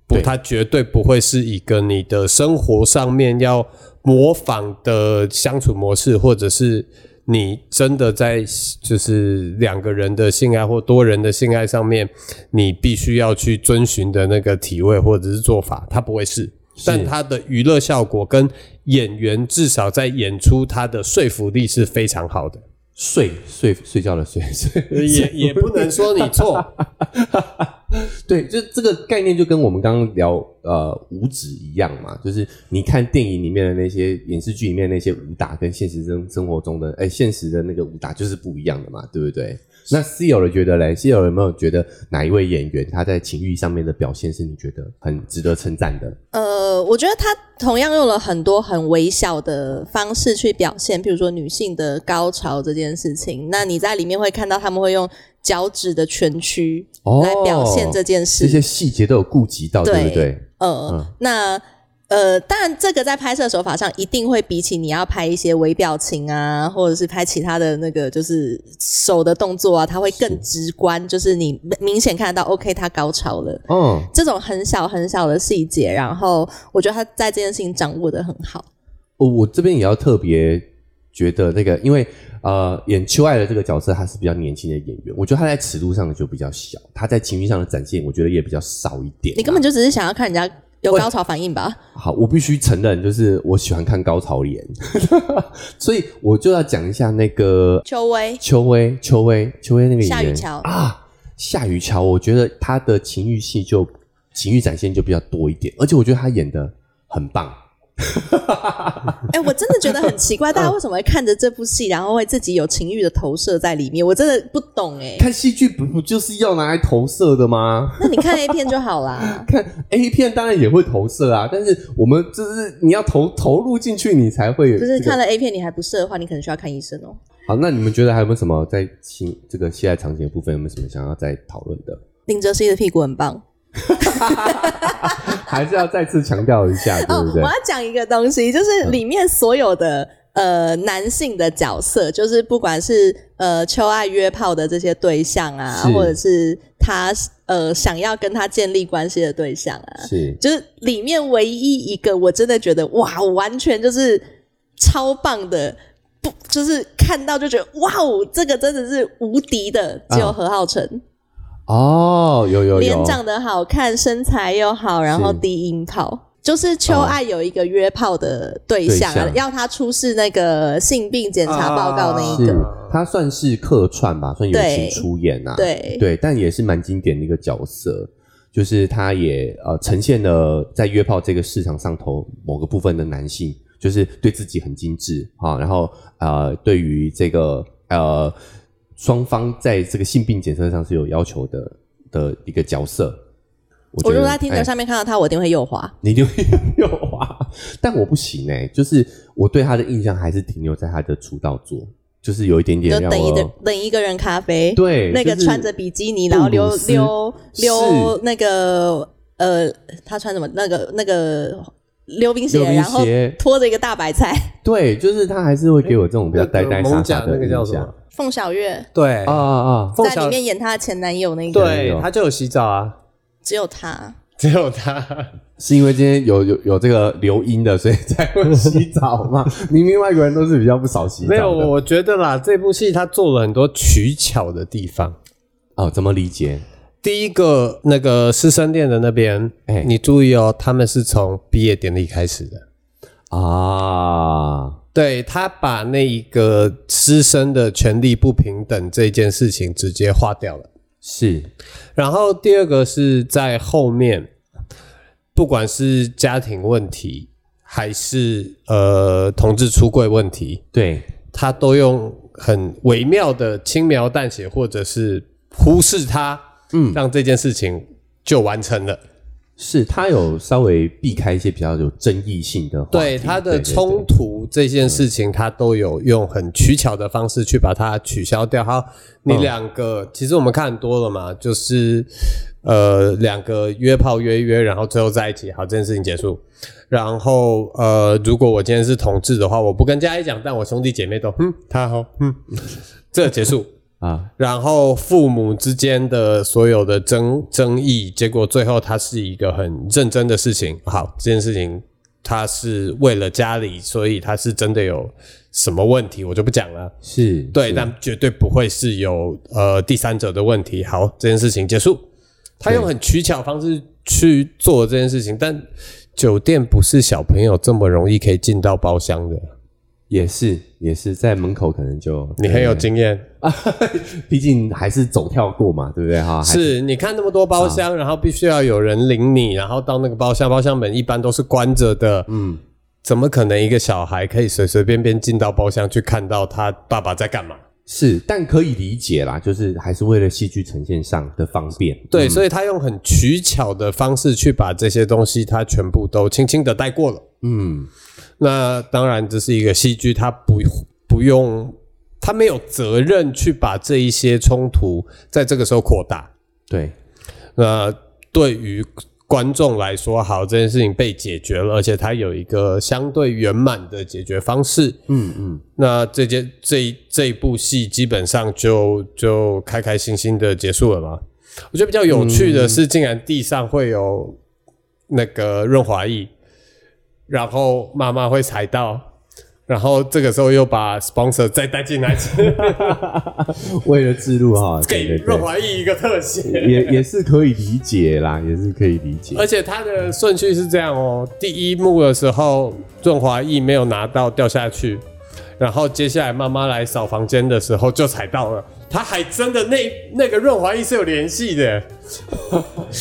不，
对
它绝对不会是一个你的生活上面要模仿的相处模式，或者是你真的在就是两个人的性爱或多人的性爱上面，你必须要去遵循的那个体位或者是做法，它不会是。但它的娱乐效果跟演员至少在演出它的说服力是非常好的，
睡睡睡觉的睡， (laughs) 睡
(laughs) 呃也也不能说你错， (laughs)
对，就这个概念就跟我们刚刚聊呃五指一样嘛，就是你看电影里面的那些影视剧里面的那些武打，跟现实生生活中的哎现实的那个武打就是不一样的嘛，对不对？那 C 友的觉得嘞，C 友有没有觉得哪一位演员他在情欲上面的表现是你觉得很值得称赞的？
呃，我觉得他同样用了很多很微小的方式去表现，譬如说女性的高潮这件事情。那你在里面会看到他们会用脚趾的蜷曲
哦
来表现这件事。
这些细节都有顾及到，对不对？
呃，
嗯
那呃，当然这个在拍摄手法上一定会比起你要拍一些微表情啊，或者是拍其他的那个就是手的动作啊，它会更直观，就是你明显看得到，OK，他高潮了。
嗯，
这种很小很小的细节，然后我觉得他在这件事情掌握的很好。
哦我我这边也要特别觉得那个，因为呃，演秋爱的这个角色他是比较年轻的演员，我觉得他在尺度上就比较小，他在情绪上的展现，我觉得也比较少一点啊、
你根本就只是想要看人家有
喂
高潮反应吧？
好，我必须承认，就是我喜欢看高潮脸， (laughs) 所以我就要讲一下那个
邱薇，
邱薇，邱薇，邱薇那个演员
夏雨乔
啊，夏雨乔，我觉得她的情欲戏就情欲展现就比较多一点，而且我觉得她演的很棒。
哎、我真的觉得很奇怪，大家为什么会看着这部戏，然后会自己有情欲的投射在里面？我真的不懂哎、
看戏剧不不就是要拿来投射的吗？
那你看 A 片就好啦。
看 A 片当然也会投射啊，但是我们就是你要投投入进去，你才会有、
不
这
是
个。
看了 A 片你还不射的话，你可能需要看医生哦。
好，那你们觉得还有没有什么在情这个戏爱场景的部分有没有什么想要再讨论的？
林哲熙的屁股很棒
还是要再次强调一
(laughs)
下，对
哦
不。对？嗯
我要讲一个东西，就是里面所有的、呃男性的角色，就是不管是呃秋爱约炮的这些对象啊
是，
或者是他呃想要跟他建立关系的对象啊， (laughs)
是
就是里面唯一一个我真的觉得哇，我完全就是超棒的，不就是看到就觉得哇哦，这个真的是无敌的，只有
啊
何浩晨，
哦，有有有
脸，长得好看，身材又好，然后
是
低音炮。就是秋爱有一个约炮的对象啊，
对象
要他出示那个性病检查报告那一
是
个，
他算是客串吧，算友情出演啊，
对
对，但也是蛮经典的一个角色。就是他也呃呈现了在约炮这个市场上头某个部分的男性，就是对自己很精致啊，然后呃对于这个呃双方在这个性病检测上是有要求的的一个角色。我
我
觉得
如果在听
哎
着上面看到他，我一定会右滑。
你就会有啊。但我不行哎、就是我对他的印象还是停留在他的出道作，就是有一点
就
点让
等一个
我
等一个人咖啡，
对
那个
就是
穿着比基尼，然后溜
布鲁斯
溜
是
溜那个呃，他穿什么？那个那个溜冰鞋，
溜冰鞋
然后拖着一个大白菜。
对，就是他还是会给我这种比较呆呆傻
哎呃蒙
傻
甲
的
那个叫
印
什么哎
象？
凤小岳
对
啊啊啊！
凤
在
小
里面演她的前男友那个，
没
哦对
有，
他就有洗澡啊。
只有他。
只有他。
是因为今天有有有这个留音的，所以才会洗澡
(laughs)
吗？明明外国人都是比较不少洗澡的。
(laughs) 没有，我觉得啦，这部戏他做了很多取巧的地方。
哦，怎么理解？
第一个，那个师生恋的那边，
哎
你注意哦，他们是从毕业典礼开始的。
啊，
对他把那一个师生的权利不平等这件事情直接划掉了。
是
然后第二个是在后面，不管是家庭问题还是呃同志出柜问题，
对
他都用很微妙的轻描淡写，或者是忽视它，嗯，让这件事情就完成了。
是，他有稍微避开一些比较有争议性的话题，
对他
对
的
对
冲突这件事情，他都有用很取巧的方式去把它取消掉。好，你
嗯
两个、其实我们看很多了嘛，就是呃两个约炮约一约，然后最后在一起，好这件事情结束。然后呃，如果我今天是同志的话，我不跟家里讲，但我兄弟姐妹都嗯他好嗯，这结束。
啊，
然后父母之间的所有的争争议，结果最后它是一个很认真的事情。好，这件事情它是为了家里，所以它是真的有什么问题，我就不讲了。
是
对，
是
但绝对不会是有呃第三者的问题。好，这件事情结束。他用很取巧的方式去做这件事情，但酒店不是小朋友这么容易可以进到包厢的。
也是也是在门口可能就
你很有经验，
啊，毕竟还是走跳过嘛，对不对哈？还
是你看那么多包厢，然后必须要有人领你，然后到那个包厢，包厢门一般都是关着的，嗯，怎么可能一个小孩可以随随便便进到包厢去看到他爸爸在干嘛？
是，但可以理解啦，就是还是为了戏剧呈现上的方便。
对，所以他用很取巧的方式去把这些东西，他全部都轻轻的带过了。
嗯，
那当然，这是一个戏剧，他不不用，他没有责任去把这一些冲突在这个时候扩大。
对，
那呃对于观众来说，好，这件事情被解决了，而且它有一个相对圆满的解决方式。
嗯嗯，
那这件这一这一部戏基本上就就开开心心的结束了嘛。我觉得比较有趣的
嗯
是，竟然地上会有那个润滑液，然后妈妈会踩到，然后这个时候又把 sponsor 再带进来，
为了制度哈， (laughs) 对
给
对
润
对，
滑液一个特写。
也也是可以理解啦，也是可以理解。
而且它的顺序是这样哦，第一幕的时候，润滑液没有拿到掉下去，然后接下来妈妈来扫房间的时候就踩到了，它还真的那那个润滑液是有联系的。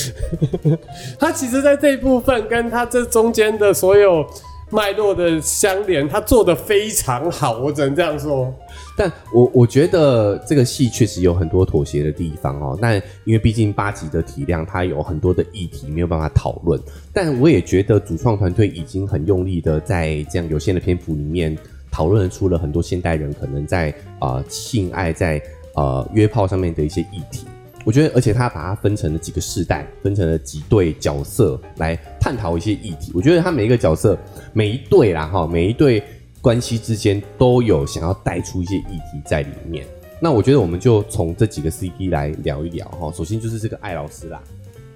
(laughs) 它其实在这一部分跟它这中间的所有脉络的相连，它做的非常好，我只能这样说。
但我我觉得这个戏确实有很多妥协的地方哦。那因为毕竟八集的体量，它有很多的议题没有办法讨论。但我也觉得主创团队已经很用力的在这样有限的篇幅里面讨论出了很多现代人可能在呃性爱在呃约炮上面的一些议题。我觉得，而且他把它分成了几个世代，分成了几对角色来探讨一些议题。我觉得他每一个角色，每一对啦哈，每一对关系之间都有想要带出一些议题在里面。那我觉得我们就从这几个 CD 来聊一聊哈。首先就是这个艾老师啦，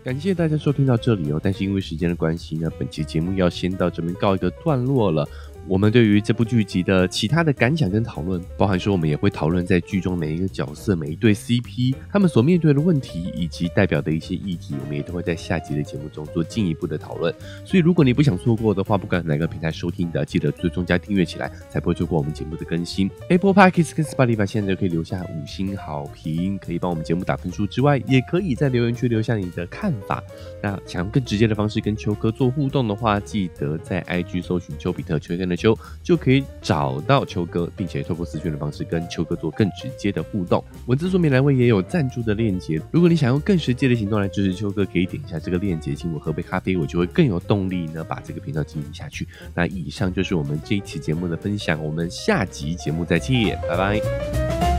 感谢大家收听到这里哦，但是因为时间的关系呢，本期节目要先到这边告一个段落了。我们对于这部剧集的其他的感想跟讨论，包含说我们也会讨论在剧中每一个角色、每一对 CP 他们所面对的问题以及代表的一些议题，我们也都会在下集的节目中做进一步的讨论。所以如果你不想错过的话，不管哪个平台收听的，记得追踪加订阅起来，才不会错过我们节目的更新。Apple Podcasts 跟 Spotify 现在就可以留下五星好评，可以帮我们节目打分数之外，也可以在留言区留下你的看法。那想更直接的方式跟秋哥做互动的话，记得在 IG 搜寻丘比特秋天的秋，就可以找到秋哥，并且透过私讯的方式跟秋哥做更直接的互动。文字说明栏位也有赞助的链接，如果你想用更实际的行动来支持秋哥，可以点一下这个链接，请我喝杯咖啡，我就会更有动力呢把这个频道经营下去。那以上就是我们这一期节目的分享，我们下集节目再见，拜拜。